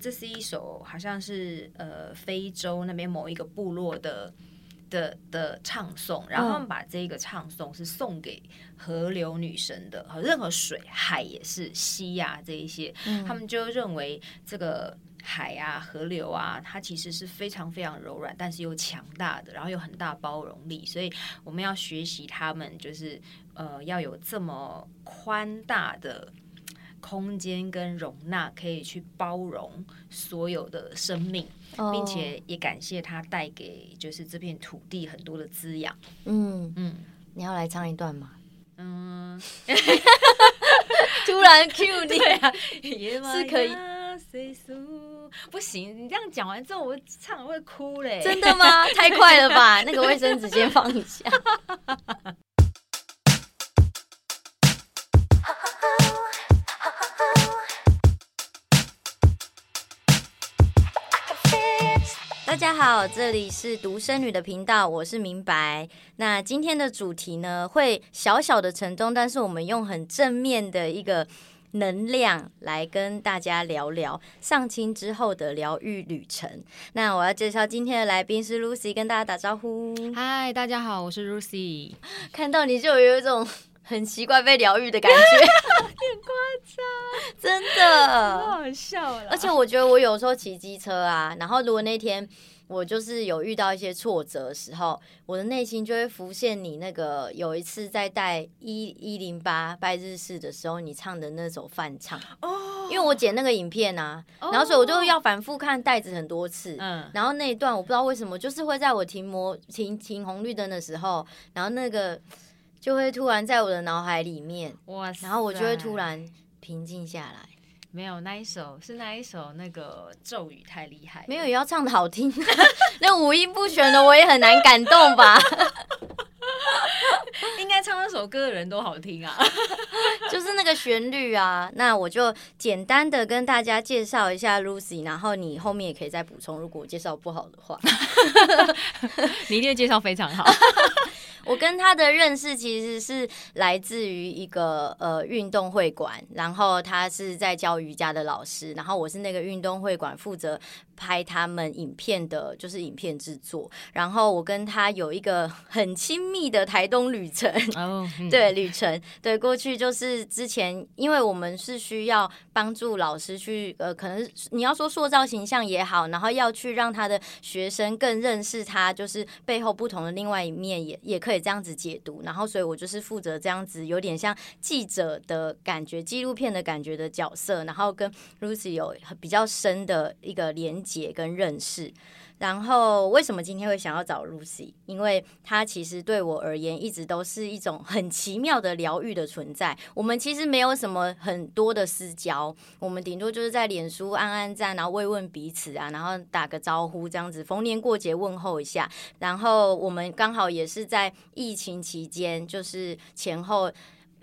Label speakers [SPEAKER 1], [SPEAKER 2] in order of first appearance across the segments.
[SPEAKER 1] 这是一首好像是呃非洲那边某一个部落的的的唱诵，然后他们把这个唱诵是送给河流女神的，和任何水、海也是溪呀、这一些，他们就认为这个。海啊，河流啊，它其实是非常非常柔软，但是又强大的，然后有很大包容力，所以我们要学习他们，就是呃，要有这么宽大的空间跟容纳，可以去包容所有的生命，
[SPEAKER 2] 哦
[SPEAKER 1] 并且也感谢他带给就是这片土地很多的滋养。
[SPEAKER 2] 嗯，
[SPEAKER 1] 嗯
[SPEAKER 2] 你要来唱一段吗？
[SPEAKER 1] 嗯，
[SPEAKER 2] 突然 Q 你，
[SPEAKER 1] 对啊，是
[SPEAKER 2] 可以。
[SPEAKER 1] 不行，你这样讲完之后，我唱会哭嘞。
[SPEAKER 2] 真的吗？太快了 吧！那个卫生纸先放一下。大家好，这里是独生女的频道，我是明白。那今天的主题呢，会小小的沉重，但是我们用很正面的一个能量来跟大家聊聊上清之后的疗愈旅程。那我要介绍今天的来宾是 Lucy，跟大家打招呼。
[SPEAKER 1] 嗨，大家好，我是 Lucy。
[SPEAKER 2] 看到你就有一种很奇怪被疗愈的感觉， 有点夸张，真的。
[SPEAKER 1] 好笑了
[SPEAKER 2] 而且我觉得我有时候骑机车啊，然后如果那天我就是有遇到一些挫折的时候，我的内心就会浮现你那个有一次在带一一零八拜日式的时候，你唱的那首翻唱，
[SPEAKER 1] 哦，
[SPEAKER 2] 因为我剪那个影片啊，然后所以我就要反复看袋子很多次，
[SPEAKER 1] 嗯，
[SPEAKER 2] 然后那一段我不知道为什么，就是会在我停摩停停红绿灯的时候，然后那个就会突然在我的脑海里面，
[SPEAKER 1] 哇塞，
[SPEAKER 2] 然后我就会突然平静下来。
[SPEAKER 1] 没有那一首是那一首那个咒语太厉害了，
[SPEAKER 2] 没有也要唱的好听， 那五音不全的我也很难感动吧？
[SPEAKER 1] 应该唱那首歌的人都好听啊。
[SPEAKER 2] 就是那个旋律啊。那我就简单的跟大家介绍一下 Lucy，然后你后面也可以再补充，如果我介绍不好的话。
[SPEAKER 1] 你一定介绍非常 好，
[SPEAKER 2] 我跟他的认识其实是来自于一个呃运动会馆，然后他是在教瑜伽的老师，然后我是那个运动会馆负责拍他们影片的，就是影片制作。然后我跟他有一个很亲密的台东旅程，
[SPEAKER 1] 哦，嗯，
[SPEAKER 2] 对旅程，对过去就是之前，因为我们是需要帮助老师去，呃，可能是你要说塑造形象也好，然后要去让他的学生更认识他，就是背后不同的另外一面也，也可以这样子解读。然后，所以我就是负责这样子，有点像记者的感觉、纪录片的感觉的角色，然后跟 Lucy 有很比较深的一个连结跟认识。然后为什么今天会想要找 Lucy？因为她其实对我而言一直都是一种很奇妙的疗愈的存在。我们其实没有什么很多的私交，我们顶多就是在脸书按按赞，然后慰问彼此啊，然后打个招呼这样子，逢年过节问候一下。然后我们刚好也是在疫情期间，就是前后。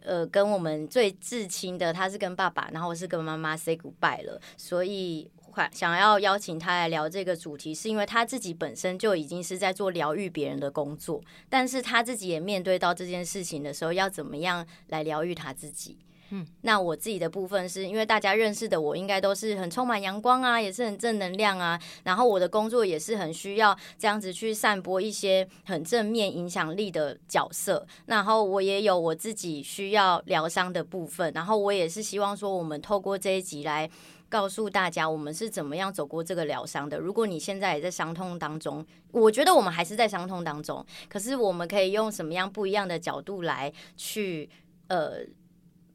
[SPEAKER 2] 呃，跟我们最至亲的，他是跟爸爸，然后我是跟妈妈 say goodbye 了，所以还想要邀请他来聊这个主题，是因为他自己本身就已经是在做疗愈别人的工作，但是他自己也面对到这件事情的时候，要怎么样来疗愈他自己。
[SPEAKER 1] 嗯，
[SPEAKER 2] 那我自己的部分是因为大家认识的我，应该都是很充满阳光啊，也是很正能量啊。然后我的工作也是很需要这样子去散播一些很正面影响力的角色。然后我也有我自己需要疗伤的部分，然后我也是希望说，我们透过这一集来告诉大家我们是怎么样走过这个疗伤的。如果你现在也在伤痛当中，我觉得我们还是在伤痛当中，可是我们可以用什么样不一样的角度来去呃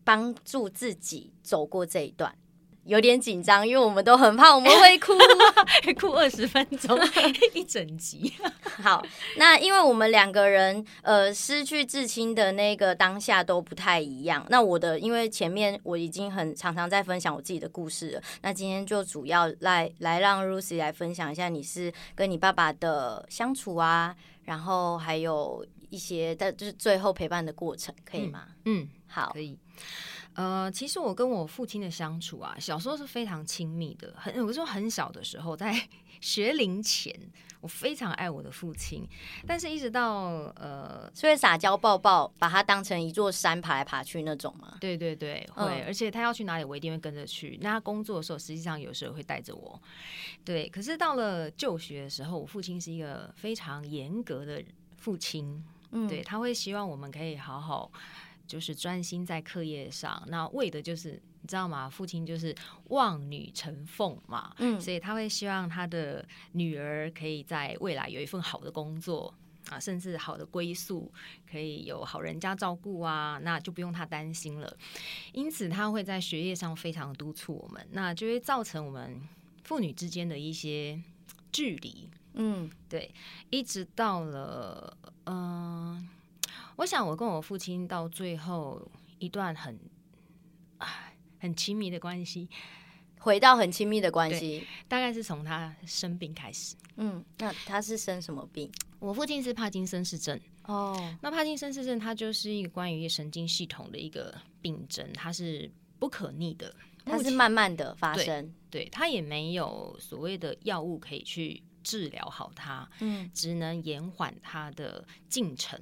[SPEAKER 2] 帮助自己走过这一段。有点紧张，因为我们都很怕我们会哭。
[SPEAKER 1] 哭二十分 钟一整集，
[SPEAKER 2] 好，那因为我们两个人呃失去至亲的那个当下都不太一样。那我的因为前面我已经很常常在分享我自己的故事了，那今天就主要来来让 Lucy 来分享一下你是跟你爸爸的相处啊，然后还有一些但就是最后陪伴的过程，可以吗？
[SPEAKER 1] 嗯，
[SPEAKER 2] 好，
[SPEAKER 1] 以。呃，其实我跟我父亲的相处啊，小时候是非常亲密的。很，我说很小的时候，在学龄前，我非常爱我的父亲，但是一直到呃，
[SPEAKER 2] 所以撒娇抱抱，把它当成一座山爬来爬去那种吗？
[SPEAKER 1] 对对对，会，
[SPEAKER 2] 嗯
[SPEAKER 1] 而且他要去哪里，我一定会跟着去。那他工作的时候，实际上有时候会带着我。对，可是到了就学的时候，我父亲是一个非常严格的父亲，
[SPEAKER 2] 嗯，
[SPEAKER 1] 对，他会希望我们可以好好，就是专心在课业上。那为的就是你知道吗？父亲就是望女成凤嘛，
[SPEAKER 2] 嗯
[SPEAKER 1] 所以他会希望他的女儿可以在未来有一份好的工作。啊，甚至好的归宿可以有好人家照顾啊，那就不用他担心了。因此，他会在学业上非常督促我们，那就会造成我们父女之间的一些距离。
[SPEAKER 2] 嗯
[SPEAKER 1] 对，一直到了，嗯、我想我跟我父亲到最后一段很，唉很亲密的关系，
[SPEAKER 2] 回到很亲密的关系。
[SPEAKER 1] 大概是从他生病开始。
[SPEAKER 2] 嗯，那他是生什么病？
[SPEAKER 1] 我父亲是帕金森氏症，
[SPEAKER 2] 哦，
[SPEAKER 1] 那帕金森氏症它就是一个关于神经系统的一个病症，它是不可逆的，
[SPEAKER 2] 他是慢慢的发
[SPEAKER 1] 对
[SPEAKER 2] 生。
[SPEAKER 1] 对，它也没有所谓的药物可以去治疗好它。
[SPEAKER 2] 嗯
[SPEAKER 1] 只能延缓他的进程。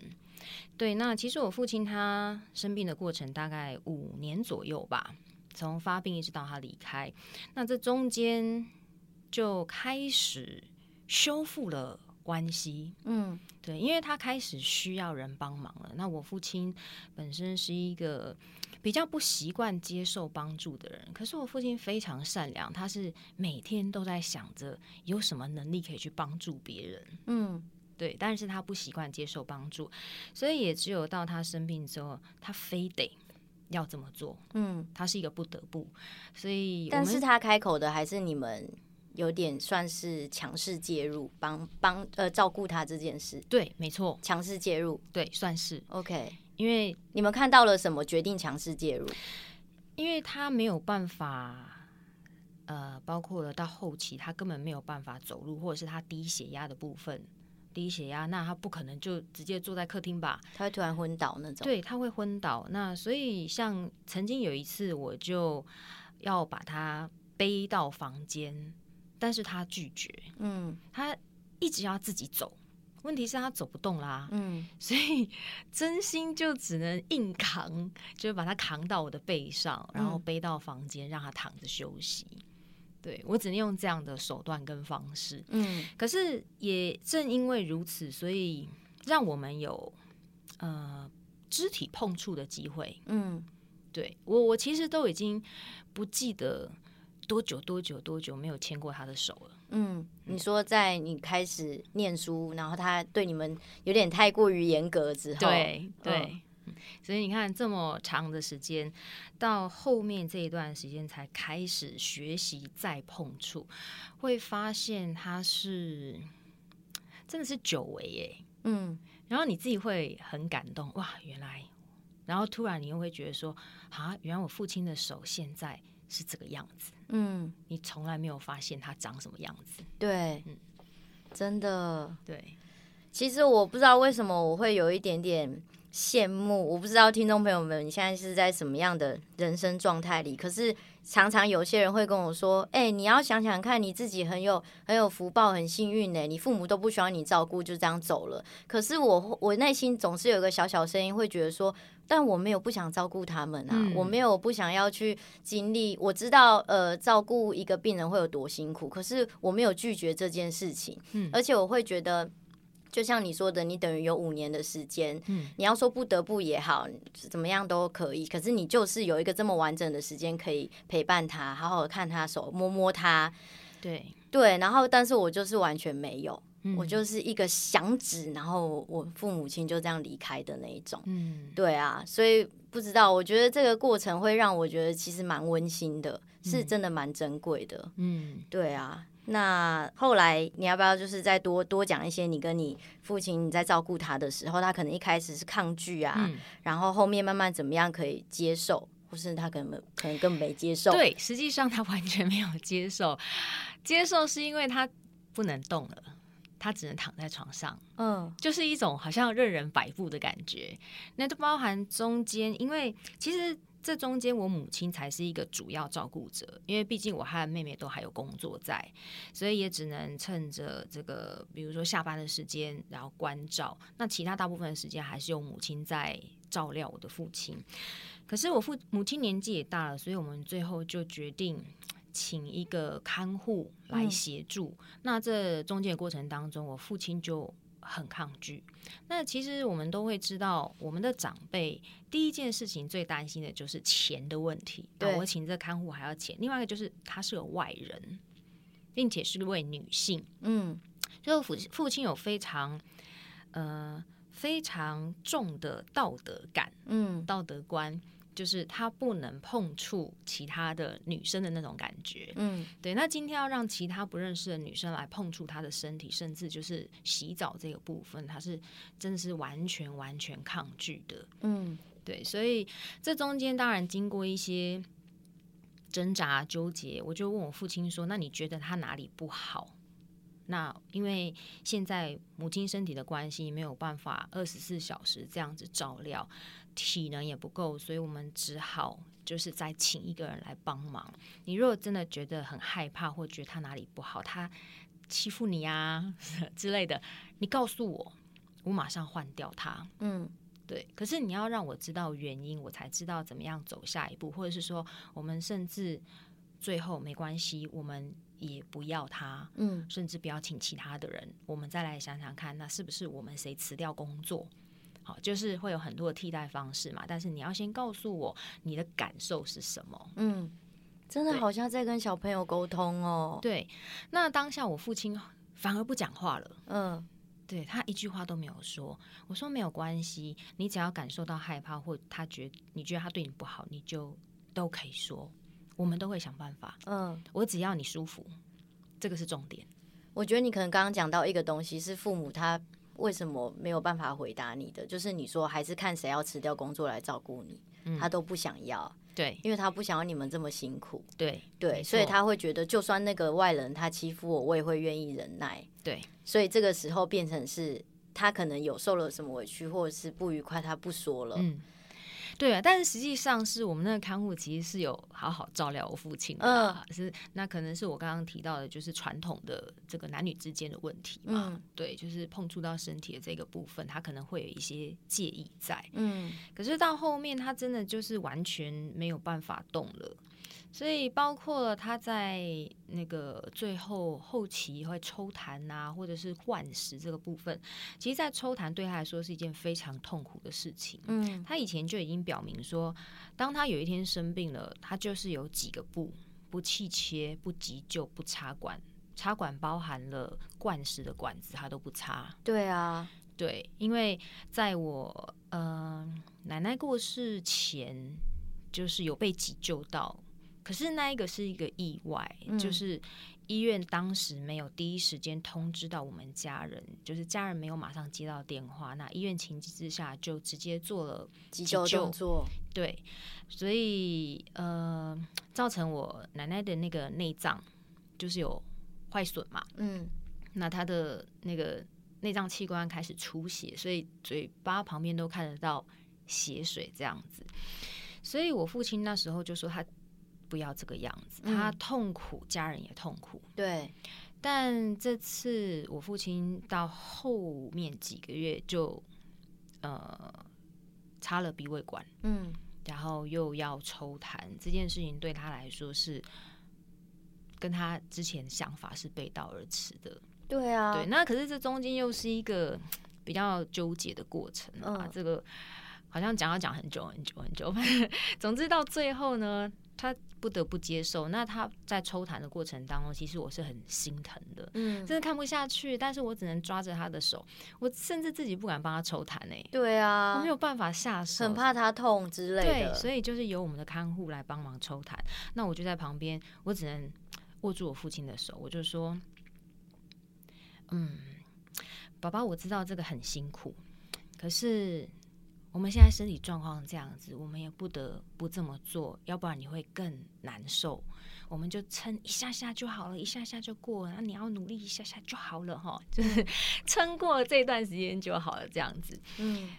[SPEAKER 1] 对，那其实我父亲他生病的过程大概五年左右吧，从发病一直到他离开，那这中间就开始修复了关系。
[SPEAKER 2] 嗯
[SPEAKER 1] 对，因为他开始需要人帮忙了。那我父亲本身是一个比较不习惯接受帮助的人，可是我父亲非常善良，他是每天都在想着有什么能力可以去帮助别人。
[SPEAKER 2] 嗯，
[SPEAKER 1] 对，但是他不习惯接受帮助，所以也只有到他生病之后，他非得要这么做，
[SPEAKER 2] 嗯，
[SPEAKER 1] 他是一个不得不，所以我
[SPEAKER 2] 但
[SPEAKER 1] 们
[SPEAKER 2] 是他开口的还是你们有点算是强势介入，帮帮呃照顾他这件事，
[SPEAKER 1] 对，没错，
[SPEAKER 2] 强势介入。
[SPEAKER 1] 对，算是，
[SPEAKER 2] OK，
[SPEAKER 1] 因为
[SPEAKER 2] 你们看到了什么决定强势介入？
[SPEAKER 1] 因为他没有办法。呃，包括了到后期，他根本没有办法走路，或者是他低血压的部分，低血压，那他不可能就直接坐在客厅吧？
[SPEAKER 2] 他会突然昏倒那种。
[SPEAKER 1] 对，他会昏倒。那所以像曾经有一次，我就要把他背到房间，但是他拒绝，
[SPEAKER 2] 嗯
[SPEAKER 1] 他一直要自己走。问题是，他走不动啦，
[SPEAKER 2] 嗯
[SPEAKER 1] 所以 真心就只能硬扛，就是把他扛到我的背上，然后
[SPEAKER 2] 嗯
[SPEAKER 1] 背到房间，让他躺着休息。对我只能用这样的手段跟方式。
[SPEAKER 2] 嗯
[SPEAKER 1] 可是也正因为如此，所以让我们有呃肢体碰触的机会。
[SPEAKER 2] 嗯
[SPEAKER 1] 对我，我其实都已经不记得多久多久多久没有牵过他的手了。
[SPEAKER 2] 嗯，你说在你开始念书，然后他对你们有点太过于严格之后，，
[SPEAKER 1] 对、嗯所以你看这么长的时间，到后面这一段时间才开始学习再碰触，会发现他是真的是久违耶、
[SPEAKER 2] 嗯
[SPEAKER 1] 然后你自己会很感动，哇，原来，然后突然你又会觉得说，啊，原来我父亲的手现在是这个样子，
[SPEAKER 2] 嗯，
[SPEAKER 1] 你从来没有发现他长什么样子，
[SPEAKER 2] 对
[SPEAKER 1] 嗯，
[SPEAKER 2] 真的，
[SPEAKER 1] 对，
[SPEAKER 2] 其实我不知道为什么我会有一点点羡慕，我不知道听众朋友们你现在是在什么样的人生状态里。可是常常有些人会跟我说：“哎、你要想想看，你自己很有很有福报，很幸运呢、你父母都不需要你照顾，就这样走了。”可是我我内心总是有一个小小声音会觉得说。但我没有不想照顾他们啊，
[SPEAKER 1] 嗯
[SPEAKER 2] 我没有不想要去经历。我知道，呃，照顾一个病人会有多辛苦，可是我没有拒绝这件事情，
[SPEAKER 1] 嗯
[SPEAKER 2] 而且我会觉得，就像你说的，你等于有五年的时间，
[SPEAKER 1] 嗯
[SPEAKER 2] 你要说不得不也好，怎么样都可以。可是你就是有一个这么完整的时间可以陪伴他，好好地看他手，摸摸他，
[SPEAKER 1] 对，
[SPEAKER 2] 对。然后，但是我就是完全没有，
[SPEAKER 1] 嗯
[SPEAKER 2] 我就是一个响指，然后我父母亲就这样离开的那一种。
[SPEAKER 1] 嗯，
[SPEAKER 2] 对啊，所以不知道，我觉得这个过程会让我觉得其实蛮温馨的，是真的蛮珍贵的。
[SPEAKER 1] 嗯，
[SPEAKER 2] 对啊，那后来你要不要就是再多多讲一些你跟你父亲你在照顾他的时候，他可能一开始是抗拒啊，
[SPEAKER 1] 嗯
[SPEAKER 2] 然后后面慢慢怎么样可以接受，或是他可能可能根本没接受。
[SPEAKER 1] 对，实际上他完全没有接受，接受是因为他不能动了，他只能躺在床上。
[SPEAKER 2] 嗯
[SPEAKER 1] 就是一种好像任人摆布的感觉。那就包含中间，因为其实这中间我母亲才是一个主要照顾者，因为毕竟我和妹妹都还有工作在，所以也只能趁着这个，比如说下班的时间，然后关照。那其他大部分的时间还是由母亲在照料我的父亲。可是我父母亲年纪也大了，所以我们最后就决定。请一个看护来协助。那这中间的过程当中，我父亲就很抗拒。那其实我们都会知道，我们的长辈第一件事情最担心的就是钱的问题。
[SPEAKER 2] 对
[SPEAKER 1] 啊我请这看护还要钱。另外一个就是他是个外人，并且是位女性，
[SPEAKER 2] 嗯，
[SPEAKER 1] 所以我父父亲有非常呃非常重的道德感。
[SPEAKER 2] 嗯，
[SPEAKER 1] 道德观，就是他不能碰触其他的女生的那种感觉。
[SPEAKER 2] 嗯，
[SPEAKER 1] 对，那今天要让其他不认识的女生来碰触他的身体，甚至就是洗澡这个部分，他是真的是完全完全抗拒的。
[SPEAKER 2] 嗯，
[SPEAKER 1] 对，所以这中间当然经过一些挣扎纠结，我就问我父亲说：“那你觉得他哪里不好？”那因为现在母亲身体的关系，没有办法二十四小时这样子照料，体能也不够，所以我们只好就是再请一个人来帮忙。你如果真的觉得很害怕，或觉得他哪里不好，他欺负你啊 之类的，你告诉我，我马上换掉他。
[SPEAKER 2] 嗯，
[SPEAKER 1] 对，可是你要让我知道原因，我才知道怎么样走下一步，或者是说，我们甚至最后没关系，我们也不要他，
[SPEAKER 2] 嗯，
[SPEAKER 1] 甚至不要请其他的人，我们再来想想看，那是不是我们谁辞掉工作？好，就是会有很多的替代方式嘛。但是你要先告诉我你的感受是什么。
[SPEAKER 2] 嗯，真的
[SPEAKER 1] 对
[SPEAKER 2] 好像在跟小朋友沟通哦。
[SPEAKER 1] 对，那当下我父亲反而不讲话了。
[SPEAKER 2] 嗯
[SPEAKER 1] 对他一句话都没有说。我说没有关系，你只要感受到害怕或他觉你觉得他对你不好，你就都可以说，我们都会想办法。
[SPEAKER 2] 嗯，
[SPEAKER 1] 我只要你舒服，这个是重点。
[SPEAKER 2] 我觉得你可能刚刚讲到一个东西，是父母他为什么没有办法回答你的，就是你说还是看谁要辞掉工作来照顾你，他都不想要，
[SPEAKER 1] 嗯对
[SPEAKER 2] 因为他不想要你们这么辛苦。
[SPEAKER 1] 对
[SPEAKER 2] 对，
[SPEAKER 1] 没
[SPEAKER 2] 所以
[SPEAKER 1] 错
[SPEAKER 2] 他会觉得，就算那个外人他欺负我，我也会愿意忍耐。
[SPEAKER 1] 对
[SPEAKER 2] 所以这个时候变成是他可能有受了什么委屈或者是不愉快，他不说了。
[SPEAKER 1] 嗯。对啊，但是实际上是我们那个看护其实是有好好照料我父亲的啦，
[SPEAKER 2] 嗯
[SPEAKER 1] 是那可能是我刚刚提到的，就是传统的这个男女之间的问题嘛，
[SPEAKER 2] 嗯
[SPEAKER 1] 对，就是碰触到身体的这个部分，他可能会有一些介意在，
[SPEAKER 2] 嗯
[SPEAKER 1] 可是到后面，他真的就是完全没有办法动了，所以包括了他在那个最后后期会抽痰啊，或者是灌食这个部分，其实，在抽痰对他来说是一件非常痛苦的事情。
[SPEAKER 2] 嗯
[SPEAKER 1] 他以前就已经表明说，当他有一天生病了，他就是有几个不：不气切、不急救、不插管。插管包含了灌食的管子，他都不插。
[SPEAKER 2] 对啊，
[SPEAKER 1] 对，因为在我呃奶奶过世前，就是有被急救到，可是那一个是一个意外，
[SPEAKER 2] 嗯
[SPEAKER 1] 就是医院当时没有第一时间通知到我们家人，就是家人没有马上接到电话，那医院情急之下就直接做了
[SPEAKER 2] 急
[SPEAKER 1] 急
[SPEAKER 2] 救
[SPEAKER 1] 救
[SPEAKER 2] 动作，
[SPEAKER 1] 对，所以呃造成我奶奶的那个内脏就是有坏损嘛，
[SPEAKER 2] 嗯
[SPEAKER 1] 那他的那个内脏器官开始出血，所以嘴巴旁边都看得到血水这样子。所以我父亲那时候就说他不要这个样子，
[SPEAKER 2] 嗯
[SPEAKER 1] 他痛苦，家人也痛苦。
[SPEAKER 2] 对，
[SPEAKER 1] 但这次我父亲到后面几个月就呃插了鼻胃管，
[SPEAKER 2] 嗯
[SPEAKER 1] 然后又要抽痰，这件事情对他来说是跟他之前想法是背道而驰的。
[SPEAKER 2] 对啊，
[SPEAKER 1] 对，那可是这中间又是一个比较纠结的过程啊。
[SPEAKER 2] 嗯
[SPEAKER 1] 这个好像讲要讲很久很久很久， 总之到最后呢，他不得不接受。那他在抽痰的过程当中，其实我是很心疼的，
[SPEAKER 2] 嗯
[SPEAKER 1] 真，的看不下去，但是我只能抓着他的手，我甚至自己不敢帮他抽痰哎、
[SPEAKER 2] 对
[SPEAKER 1] 我
[SPEAKER 2] 啊
[SPEAKER 1] 没，有办法下手，
[SPEAKER 2] 很怕他痛之类
[SPEAKER 1] 对，
[SPEAKER 2] 的，
[SPEAKER 1] 所以就是由我们的看护来帮忙抽痰。那我就在旁边，我只能握住我父亲的手，我就说：“嗯，宝宝，我知道这个很辛苦，可是我们现在身体状况这样子，我们也不得不这么做，要不然你会更难受。我们就撑一下下就好了，一下下就过了。那啊你要努力一下下就好了哈，就是撑过这段时间就好了，这样子。”
[SPEAKER 2] 嗯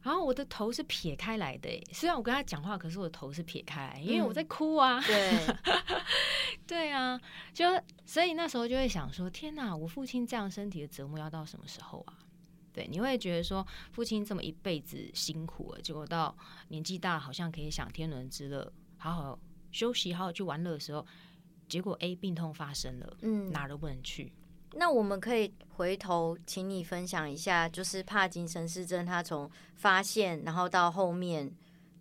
[SPEAKER 1] 然然后我的头是撇开来的耶，虽然我跟他讲话，可是我的头是撇开来，因为我
[SPEAKER 2] 嗯
[SPEAKER 1] 在哭啊。
[SPEAKER 2] 对，
[SPEAKER 1] 对啊，就所以那时候就会想说，天哪，我父亲这样身体的折磨要到什么时候啊？对，你会觉得说，父亲这么一辈子辛苦了，结果到年纪大，好像可以享天伦之乐，好好休息，好好去玩乐的时候，结果 A 病痛发生了，
[SPEAKER 2] 嗯，
[SPEAKER 1] 哪都不能去。
[SPEAKER 2] 那我们可以回头请你分享一下，就是帕金森氏症它从发现，然后到后面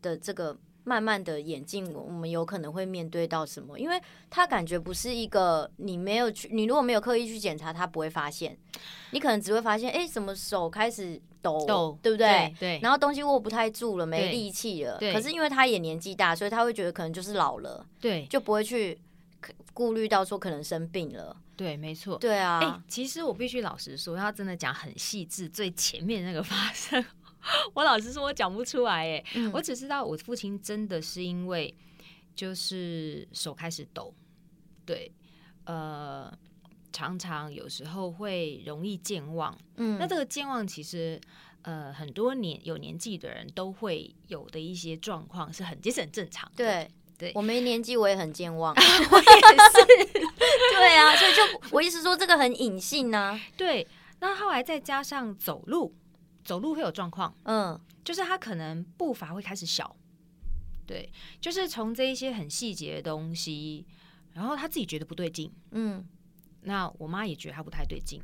[SPEAKER 2] 的这个慢慢的演进，我我们有可能会面对到什么？因为它感觉不是一个你没有去，你如果没有刻意去检查，它不会发现，你可能只会发现，哎、什么手开始抖，
[SPEAKER 1] 抖，
[SPEAKER 2] 对不对？
[SPEAKER 1] 对，
[SPEAKER 2] 然后东西握不太住了，没
[SPEAKER 1] 对
[SPEAKER 2] 力气了。
[SPEAKER 1] 对
[SPEAKER 2] 可是因为他也年纪大，所以他会觉得可能就是老了，
[SPEAKER 1] 对
[SPEAKER 2] 就不会去顾虑到说可能生病了。
[SPEAKER 1] 对，没错。
[SPEAKER 2] 对啊，
[SPEAKER 1] 哎、其实我必须老实说，要真的讲很细致，最前面那个 发生，我老实说，我讲不出来哎、
[SPEAKER 2] 嗯
[SPEAKER 1] 我只知道我父亲真的是因为就是手开始抖，对，呃，常常有时候会容易健忘。
[SPEAKER 2] 嗯
[SPEAKER 1] 那这个健忘其实。呃，很多年有年纪的人都会有的一些状况是很，其实很正常的。
[SPEAKER 2] 对
[SPEAKER 1] 对
[SPEAKER 2] 我没年纪，我也很 健忘，我也是。 对啊，所以就我意思说，这个很隐性啊呢、
[SPEAKER 1] 对，那后来再加上走路，走路会有状况，
[SPEAKER 2] 嗯
[SPEAKER 1] 就是他可能步伐会开始小，对，就是从这一些很细节的东西，然后他自己觉得不对劲，
[SPEAKER 2] 嗯
[SPEAKER 1] 那我妈也觉得他不太对劲，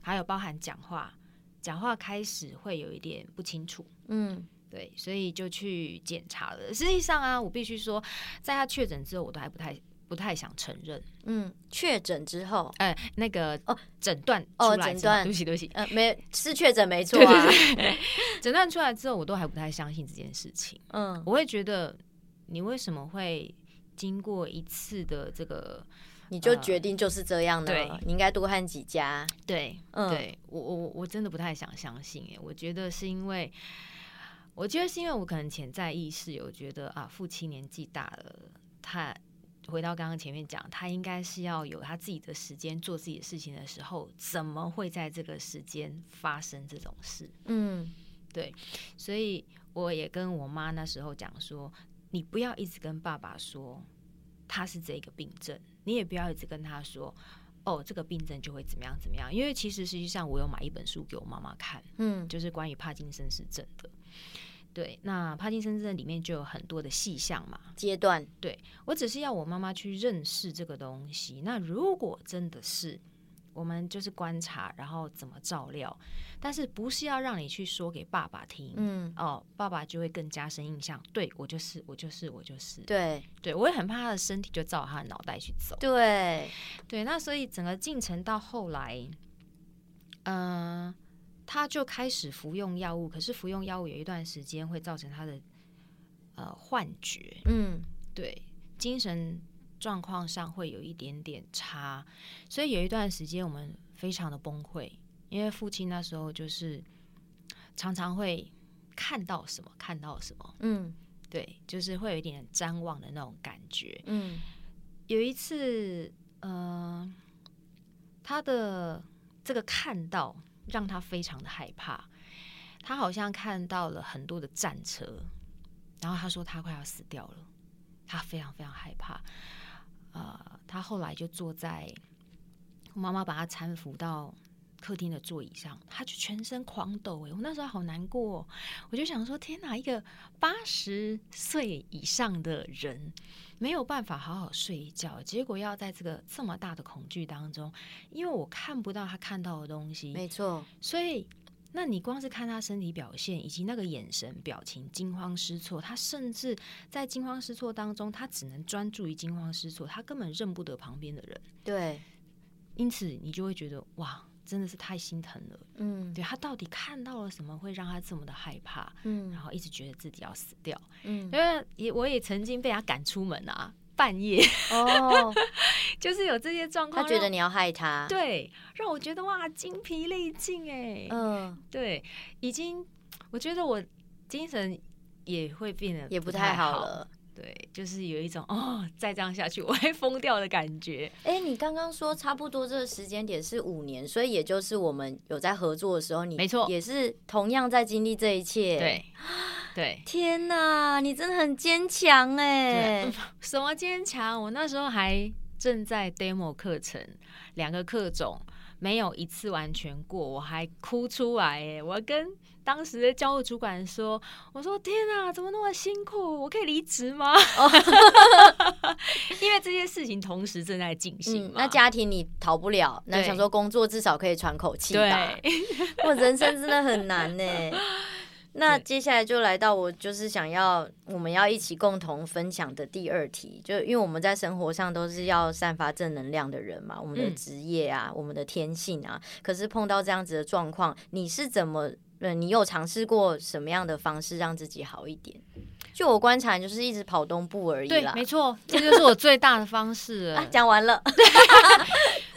[SPEAKER 1] 还有包含讲话，讲话开始会有一点不清楚。
[SPEAKER 2] 嗯
[SPEAKER 1] 对，所以就去检查了。实际上啊，我必须说，在他确诊之后，我都还不太不太想承认。
[SPEAKER 2] 嗯，确诊之后，
[SPEAKER 1] 哎、那个
[SPEAKER 2] 哦
[SPEAKER 1] 诊断
[SPEAKER 2] 哦
[SPEAKER 1] 出来
[SPEAKER 2] 诊
[SPEAKER 1] 之后
[SPEAKER 2] 断
[SPEAKER 1] 对不起，对不起，
[SPEAKER 2] 呃，没是确诊没错啊，
[SPEAKER 1] 诊断出来之后，我都还不太相信这件事情。
[SPEAKER 2] 嗯，
[SPEAKER 1] 我会觉得你为什么会经过一次的这个
[SPEAKER 2] 你就决定就是这样
[SPEAKER 1] 嗯
[SPEAKER 2] 的
[SPEAKER 1] 对
[SPEAKER 2] 了，你应该多看几家，
[SPEAKER 1] 对，
[SPEAKER 2] 嗯
[SPEAKER 1] 对我我我我真的不太想相信哎，我觉得是因为。我觉得是因为我可能潜在意识有觉得啊，父亲年纪大了，他回到刚刚前面讲，他应该是要有他自己的时间做自己的事情的时候，怎么会在这个时间发生这种事？
[SPEAKER 2] 嗯
[SPEAKER 1] 所以我也跟我妈那时候讲说，你不要一直跟爸爸说他是这个病症，你也不要一直跟他说哦这个病症就会怎么样怎么样，因为其实实际上我有买一本书给我妈妈看，
[SPEAKER 2] 嗯
[SPEAKER 1] 就是关于帕金森氏症的。对，那帕金森症里面就有很多的细项嘛，
[SPEAKER 2] 阶段，
[SPEAKER 1] 我只是要我妈妈去认识这个东西。那如果真的是，我们就是观察，然后怎么照料，但是不是要让你去说给爸爸听，
[SPEAKER 2] 嗯，
[SPEAKER 1] 哦，爸爸就会更加深印象。对我就是，我就是，我就是。
[SPEAKER 2] 对
[SPEAKER 1] 对，我也很怕他的身体就照他的脑袋去走。
[SPEAKER 2] 对，
[SPEAKER 1] 对，那所以整个进程到后来，嗯、他就开始服用药物，可是服用药物有一段时间会造成他的呃幻觉，
[SPEAKER 2] 嗯
[SPEAKER 1] 对，精神状况上会有一点点差，所以有一段时间我们非常的崩溃，因为父亲那时候就是常常会看到什么看到什么，
[SPEAKER 2] 嗯
[SPEAKER 1] 对，就是会有一点张望的那种感觉。
[SPEAKER 2] 嗯
[SPEAKER 1] 有一次，呃，他的这个看到让他非常的害怕，他好像看到了很多的战车，然后他说他快要死掉了，他非常非常害怕。呃，他后来就坐在我妈妈把他搀扶到客厅的座椅上，他就全身狂抖、欸。我那时候好难过哦、我就想说，天哪，一个八十岁以上的人没有办法好好睡一觉，结果要在这个这么大的恐惧当中，因为我看不到他看到的东西，
[SPEAKER 2] 没错，
[SPEAKER 1] 所以，那你光是看他身体表现以及那个眼神、表情惊慌失措，他甚至在惊慌失措当中，他只能专注于惊慌失措，他根本认不得旁边的人，
[SPEAKER 2] 对，
[SPEAKER 1] 因此你就会觉得哇，真的是太心疼了。
[SPEAKER 2] 嗯
[SPEAKER 1] 对他到底看到了什么，会让他这么的害怕，然
[SPEAKER 2] 嗯
[SPEAKER 1] 后一直觉得自己要死掉？
[SPEAKER 2] 嗯
[SPEAKER 1] 因，为也我也曾经被他赶出门啊，半夜
[SPEAKER 2] 哦，
[SPEAKER 1] 就是有这些状况
[SPEAKER 2] 他
[SPEAKER 1] 让，
[SPEAKER 2] 觉得你要害他，
[SPEAKER 1] 对，让我觉得哇，精疲力尽哎、
[SPEAKER 2] 嗯。
[SPEAKER 1] 对，已经我觉得我精神也会变得
[SPEAKER 2] 也不
[SPEAKER 1] 太
[SPEAKER 2] 太
[SPEAKER 1] 好
[SPEAKER 2] 好。了。
[SPEAKER 1] 对，就是有一种哦，再这样下去我会疯掉的感觉。
[SPEAKER 2] 哎，你刚刚说差不多这个时间点是五年，所以也就是我们有在合作的时候，你
[SPEAKER 1] 没错
[SPEAKER 2] 也是同样在经历这一切。，
[SPEAKER 1] 对，对，
[SPEAKER 2] 天哪，你真的很坚强 哎！
[SPEAKER 1] 什么坚强？我那时候还正在 demo 课程，两个课种没有一次完全过，我还哭出来哎！我跟当时的教务主管说：“我说天啊，怎么那么辛苦？我可以离职吗？” 因为这些事情同时正在进行
[SPEAKER 2] 哦嗯
[SPEAKER 1] 嘛，。
[SPEAKER 2] 那家庭你逃不了，那
[SPEAKER 1] 对
[SPEAKER 2] 想说工作至少可以喘口气吧。
[SPEAKER 1] 对
[SPEAKER 2] 我人生真的很 难呢。那接下来就来到我就是想要我们要一起共同分享的第二题，就因为我们在生活上都是要散发正能量的人嘛，我们的
[SPEAKER 1] 嗯
[SPEAKER 2] 职业啊，我们的天性啊，可是碰到这样子的状况，你是怎么？呃，你有尝试过什么样的方式让自己好一点？就我观察，就是一直跑东部而已
[SPEAKER 1] 对，
[SPEAKER 2] 啦。
[SPEAKER 1] 没错，这就是我最大的方式了。
[SPEAKER 2] 啊，讲 完了，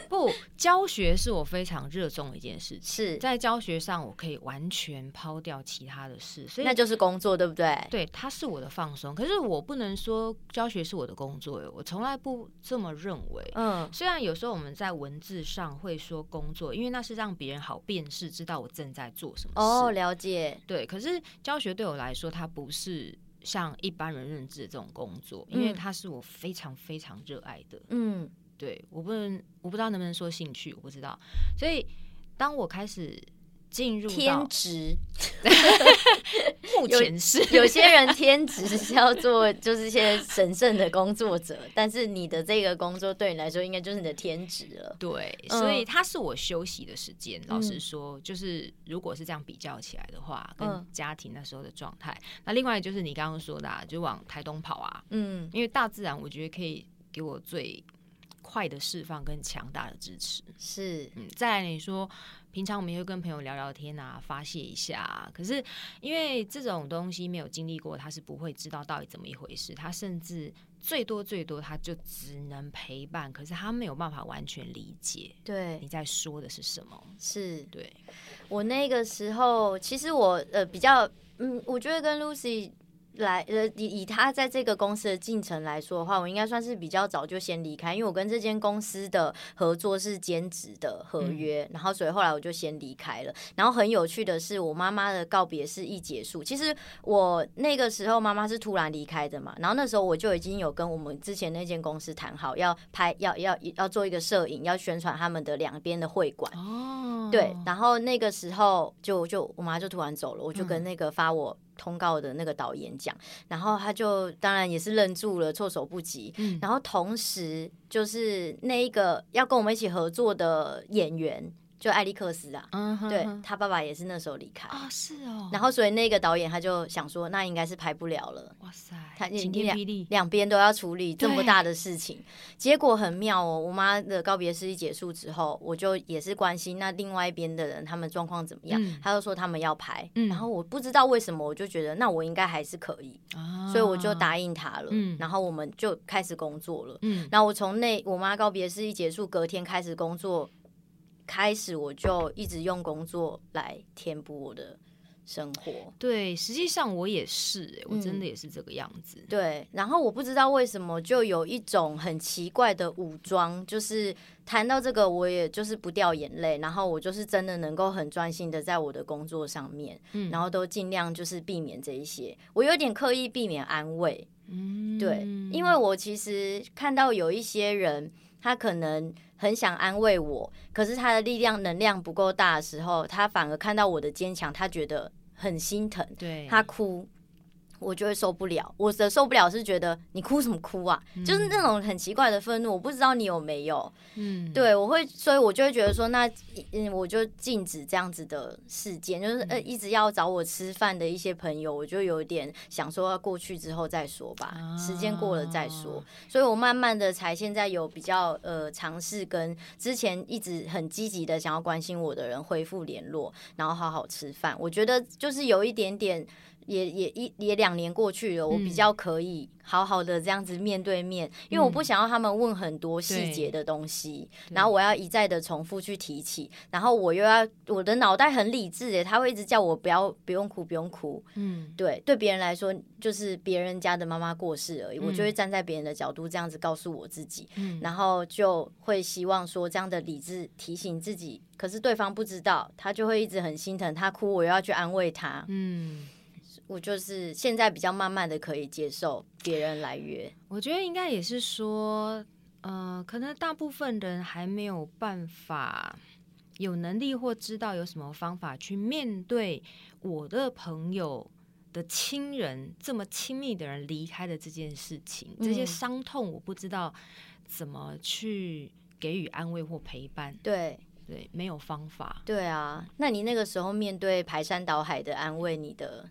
[SPEAKER 1] 不，教学是我非常热衷的一件事情。
[SPEAKER 2] 是，
[SPEAKER 1] 在教学上，我可以完全抛掉其他的事，所以
[SPEAKER 2] 那就是工作，对不对？
[SPEAKER 1] 对，它是我的放松。可是我不能说教学是我的工作，欸我从来不这么认为。
[SPEAKER 2] 嗯，
[SPEAKER 1] 虽然有时候我们在文字上会说工作，因为那是让别人好辨识，知道我正在做什么事。
[SPEAKER 2] 哦，了解，
[SPEAKER 1] 对，可是教学对我来说，它不是像一般人认知的这种工作，因为
[SPEAKER 2] 嗯
[SPEAKER 1] 它是我非常非常热爱的。
[SPEAKER 2] 嗯，
[SPEAKER 1] 对我不能，我不知道能不能说兴趣，我不知道。所以当我开始进入到
[SPEAKER 2] 天职，
[SPEAKER 1] 目
[SPEAKER 2] 有
[SPEAKER 1] 前是
[SPEAKER 2] 有些人天职是要做就是一些神圣的工作者，但是你的这个工作对你来说应该就是你的天职了。
[SPEAKER 1] 对，
[SPEAKER 2] 嗯
[SPEAKER 1] 所以它是我休息的时间。老实
[SPEAKER 2] 嗯
[SPEAKER 1] 说，就是如果是这样比较起来的话，
[SPEAKER 2] 嗯
[SPEAKER 1] 跟家庭那时候的状态，那另外就是你刚刚说的、啊，就往台东跑啊，
[SPEAKER 2] 嗯，
[SPEAKER 1] 因为大自然我觉得可以给我最快的释放跟强大的支持。
[SPEAKER 2] 是，
[SPEAKER 1] 嗯，再来你说，平常我们也会跟朋友聊聊天啊，发泄一下、啊。可是因为这种东西没有经历过，他是不会知道到底怎么一回事。他甚至最多最多，他就只能陪伴，可是他没有办法完全理解
[SPEAKER 2] 对
[SPEAKER 1] 你，在说的是什么。
[SPEAKER 2] 是
[SPEAKER 1] 对，
[SPEAKER 2] 我那个时候，其实我呃比较，嗯，我觉得跟 Lucy。来，呃，以以他在这个公司的进程来说的话，我应该算是比较早就先离开，因为我跟这间公司的合作是兼职的合约，然后所以后来我就先离开了。然后很有趣的是，我妈妈的告别式一结束，其实我那个时候妈妈是突然离开的嘛，然后那时候我就已经有跟我们之前那间公司谈好，要拍，要要要做一个摄影，要宣传他们的两边的会馆。
[SPEAKER 1] 哦
[SPEAKER 2] 对，然后那个时候就就我妈就突然走了，我就
[SPEAKER 1] 嗯
[SPEAKER 2] 跟那个发我通告的那个导演讲，然后他就当然也是愣住了，措手不及。
[SPEAKER 1] 嗯
[SPEAKER 2] 然后同时就是那一个要跟我们一起合作的演员，就艾利克斯啊，
[SPEAKER 1] 嗯哼
[SPEAKER 2] 对
[SPEAKER 1] 哼
[SPEAKER 2] 他爸爸也是那时候离开，
[SPEAKER 1] 啊、是哦，
[SPEAKER 2] 然后所以那个导演他就想说，那应该是拍不了了。
[SPEAKER 1] 哇塞，
[SPEAKER 2] 他
[SPEAKER 1] 晴天霹雳，
[SPEAKER 2] 两边都要处理这么
[SPEAKER 1] 对
[SPEAKER 2] 大的事情，结果很妙哦。我妈的告别式一结束之后，我就也是关心那另外一边的人他们状况怎么样，
[SPEAKER 1] 嗯
[SPEAKER 2] 他就说他们要排，
[SPEAKER 1] 嗯
[SPEAKER 2] 然后我不知道为什么，我就觉得那我应该还是可以，
[SPEAKER 1] 啊
[SPEAKER 2] 所以我就答应他了，
[SPEAKER 1] 嗯
[SPEAKER 2] 然后我们就开始工作了。
[SPEAKER 1] 嗯
[SPEAKER 2] 然后我从那我妈告别式一结束，隔天开始工作，开始我就一直用工作来填补我的生活。
[SPEAKER 1] 对，实际上我也是、欸，我真
[SPEAKER 2] 嗯
[SPEAKER 1] 的也是这个样子。
[SPEAKER 2] 对，然后我不知道为什么就有一种很奇怪的武装，就是谈到这个，我也就是不掉眼泪，然后我就是真的能够很专心的在我的工作上面，
[SPEAKER 1] 嗯
[SPEAKER 2] 然后都尽量就是避免这一些，我有点刻意避免安慰，
[SPEAKER 1] 嗯，
[SPEAKER 2] 对，因为我其实看到有一些人，他可能很想安慰我，可是他的力量能量不够大的时候，他反而看到我的坚强，他觉得很心疼，
[SPEAKER 1] 对
[SPEAKER 2] 他哭，我就会受不了。我的受不了是觉得你哭什么哭啊，就是那种很奇怪的愤怒，我不知道你有没有。
[SPEAKER 1] 嗯，
[SPEAKER 2] 对，我会，所以我就会觉得说，那嗯，我就禁止这样子的事件，就是呃，一直要找我吃饭的一些朋友，我就有点想说，过去之后再说吧，时间过了再说
[SPEAKER 1] 啊。
[SPEAKER 2] 所以我慢慢的才现在有比较呃尝试跟之前一直很积极的想要关心我的人恢复联络，然后好好吃饭。我觉得就是有一点点。也也一也两年过去了，我比
[SPEAKER 1] 嗯
[SPEAKER 2] 较可以好好的这样子面对面，因为我不
[SPEAKER 1] 嗯
[SPEAKER 2] 想要他们问很多细
[SPEAKER 1] 对
[SPEAKER 2] 节的东西，
[SPEAKER 1] 对
[SPEAKER 2] 然后我要一再的重复去提起，然后我又要我的脑袋很理智诶，他会一直叫我不要不用哭不用哭，
[SPEAKER 1] 嗯，
[SPEAKER 2] 对，对别人来说就是别人家的妈妈过世而已，我就会
[SPEAKER 1] 嗯
[SPEAKER 2] 站在别人的角度这样子告诉我自己，
[SPEAKER 1] 嗯
[SPEAKER 2] 然后就会希望说这样的理智提醒自己，可是对方不知道，他就会一直很心疼，他哭我又要去安慰他，
[SPEAKER 1] 嗯，
[SPEAKER 2] 我就是现在比较慢慢的可以接受别人来约，
[SPEAKER 1] 我觉得应该也是说，呃，可能大部分人还没有办法有能力或知道有什么方法去面对我的朋友的亲人这么亲密的人离开的这件事情，这些
[SPEAKER 2] 嗯
[SPEAKER 1] 伤痛我不知道怎么去给予安慰或陪伴，
[SPEAKER 2] 对
[SPEAKER 1] 对，没有方法。
[SPEAKER 2] 对啊，那你那个时候面对排山倒海的安慰，你的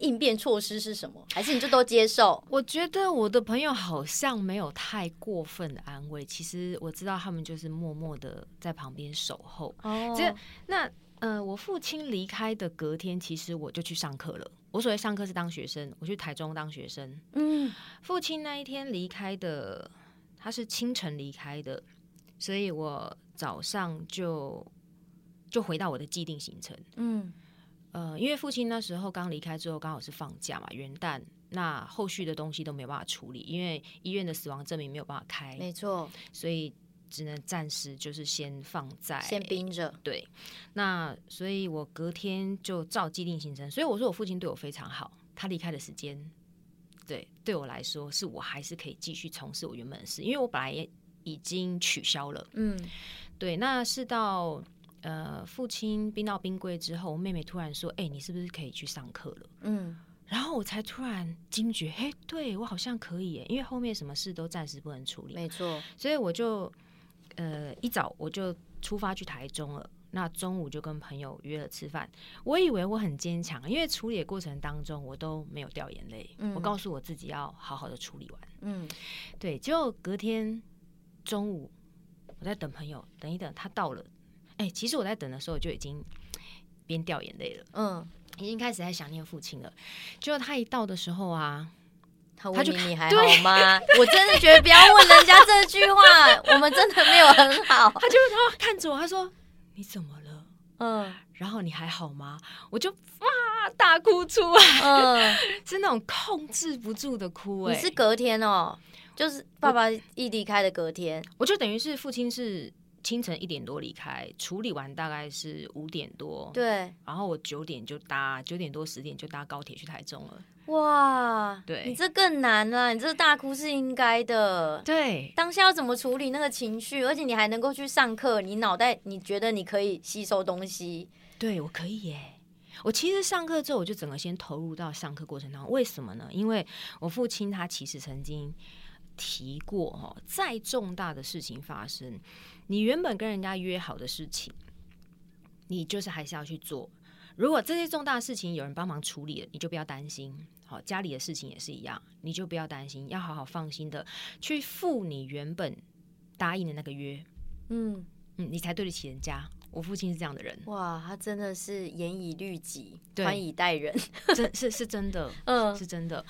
[SPEAKER 2] 应变措施是什么？还是你就都接受？
[SPEAKER 1] 我觉得我的朋友好像没有太过分的安慰，其实我知道他们就是默默的在旁边守候。
[SPEAKER 2] 哦
[SPEAKER 1] 这那呃，我父亲离开的隔天，其实我就去上课了。我所谓上课是当学生，我去台中当学生。
[SPEAKER 2] 嗯
[SPEAKER 1] 父亲那一天离开的，他是清晨离开的，所以我早上就就回到我的既定行程。
[SPEAKER 2] 嗯
[SPEAKER 1] 呃，因为父亲那时候刚离开之后，刚好是放假嘛，元旦，那后续的东西都没有办法处理，因为医院的死亡证明没有办法开，
[SPEAKER 2] 没错，
[SPEAKER 1] 所以只能暂时就是先放在
[SPEAKER 2] 先冰着。
[SPEAKER 1] 对，那所以我隔天就照既定行程，所以我说我父亲对我非常好，他离开的时间，对对我来说是我还是可以继续从事我原本的事，因为我本来也已经取消了。
[SPEAKER 2] 嗯，
[SPEAKER 1] 对，那是到呃父亲冰到冰柜之后，我妹妹突然说：“哎、你是不是可以去上课了？”
[SPEAKER 2] 嗯，
[SPEAKER 1] 然后我才突然惊觉，嘿，对我好像可以耶，因为后面什么事都暂时不能处理，
[SPEAKER 2] 没错，
[SPEAKER 1] 所以我就呃一早我就出发去台中了。那中午就跟朋友约了吃饭。我以为我很坚强，因为处理的过程当中我都没有掉眼泪。
[SPEAKER 2] 嗯
[SPEAKER 1] 我告诉我自己要好好的处理完。
[SPEAKER 2] 嗯
[SPEAKER 1] 对，结果隔天中午我在等朋友，等一等他到了。哎、其实我在等的时候就已经边掉眼泪了，
[SPEAKER 2] 嗯，
[SPEAKER 1] 已经开始在想念父亲了。结果他一到的时候啊，
[SPEAKER 2] 他
[SPEAKER 1] 他
[SPEAKER 2] 问
[SPEAKER 1] 就
[SPEAKER 2] 你你还好吗？ 我真的觉得不要问人家这句话，我们真的没有很好。
[SPEAKER 1] 他就然后看着我，他说：“你怎么了？
[SPEAKER 2] 嗯
[SPEAKER 1] 然后你还好吗？”我就哇大哭出来，
[SPEAKER 2] 嗯，
[SPEAKER 1] 是那种控制不住的哭、
[SPEAKER 2] 你
[SPEAKER 1] 哎，
[SPEAKER 2] 是隔天哦，就是爸爸一离开的隔天。
[SPEAKER 1] 我就等于是父亲是清晨一点多离开，处理完大概是五点多，
[SPEAKER 2] 对，
[SPEAKER 1] 然后我九点就搭九点多十点就搭高铁去台中了。
[SPEAKER 2] 哇，
[SPEAKER 1] 对
[SPEAKER 2] 你这更难了，你这大哭是应该的。
[SPEAKER 1] 对，
[SPEAKER 2] 当下要怎么处理那个情绪，而且你还能够去上课，你脑袋你觉得你可以吸收东西，
[SPEAKER 1] 对我可以耶。我其实上课之后，我就整个先投入到上课过程当中。为什么呢？因为我父亲他其实曾经提过，哦，再重大的事情发生，你原本跟人家约好的事情，你就是还是要去做。如果这些重大的事情有人帮忙处理了，你就不要担心。好，家里的事情也是一样，你就不要担心，要好好放心的去赴你原本答应的那个约，
[SPEAKER 2] 嗯，
[SPEAKER 1] 嗯，你才对得起人家。我父亲是这样的人，
[SPEAKER 2] 哇，他真的是严以律己，
[SPEAKER 1] 对
[SPEAKER 2] 宽以 待人。
[SPEAKER 1] 真是是真的。
[SPEAKER 2] 嗯
[SPEAKER 1] 是真的。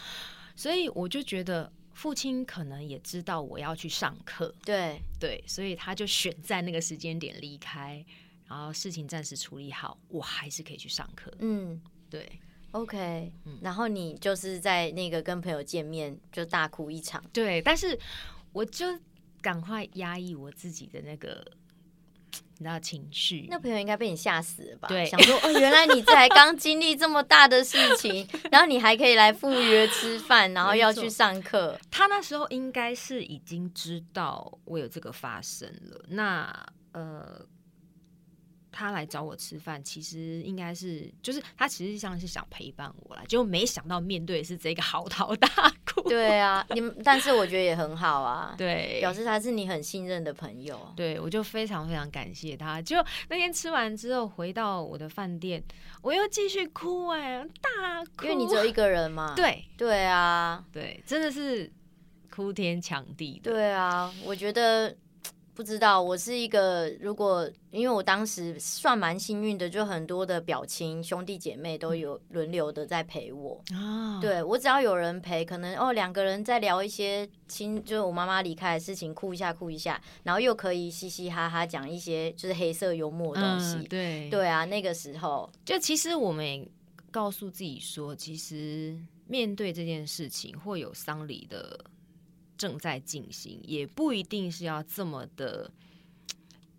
[SPEAKER 1] 所以我就觉得父亲可能也知道我要去上课，
[SPEAKER 2] 对，
[SPEAKER 1] 对，所以他就选在那个时间点离开，然后事情暂时处理好，我还是可以去上课。
[SPEAKER 2] 嗯
[SPEAKER 1] 对
[SPEAKER 2] ，OK，
[SPEAKER 1] 嗯
[SPEAKER 2] 然后你就是在那个跟朋友见面就大哭一场，
[SPEAKER 1] 对，但是我就赶快压抑我自己的那个，你知道情绪。
[SPEAKER 2] 那朋友应该被你吓死了吧？
[SPEAKER 1] 对
[SPEAKER 2] 想说哦，原来你才刚经历这么大的事 情，然后你还可以来赴约吃饭，然后要去上课，
[SPEAKER 1] 他那时候应该是已经知道我有这个发生了。那呃，他来找我吃饭，其实应该是就是他其实上是想陪伴我啦，结果没想到面对的是这个嚎啕大哭。
[SPEAKER 2] 对啊，你们，但是我觉得也很好啊，
[SPEAKER 1] 对
[SPEAKER 2] 表示他是你很信任的朋友，
[SPEAKER 1] 对，我就非常非常感谢他。就那天吃完之后，回到我的饭店，我又继续哭哎、大哭，
[SPEAKER 2] 因为你只有一个人 嘛，
[SPEAKER 1] 对
[SPEAKER 2] 对啊，
[SPEAKER 1] 对，真的是哭天抢地的。
[SPEAKER 2] 对啊，我觉得不知道，我是一个如果因为我当时算蛮幸运的，就很多的表亲兄弟姐妹都有轮流的在陪我。
[SPEAKER 1] 啊，
[SPEAKER 2] 对我只要有人陪，可能哦两个人在聊一些亲，就是我妈妈离开的事情，哭一下哭一下，然后又可以嘻嘻哈哈讲一些就是黑色幽默的东西。
[SPEAKER 1] 嗯、对，
[SPEAKER 2] 对啊，那个时候
[SPEAKER 1] 就其实我们也告诉自己说，其实面对这件事情，或有丧礼的正在进行，也不一定是要这么的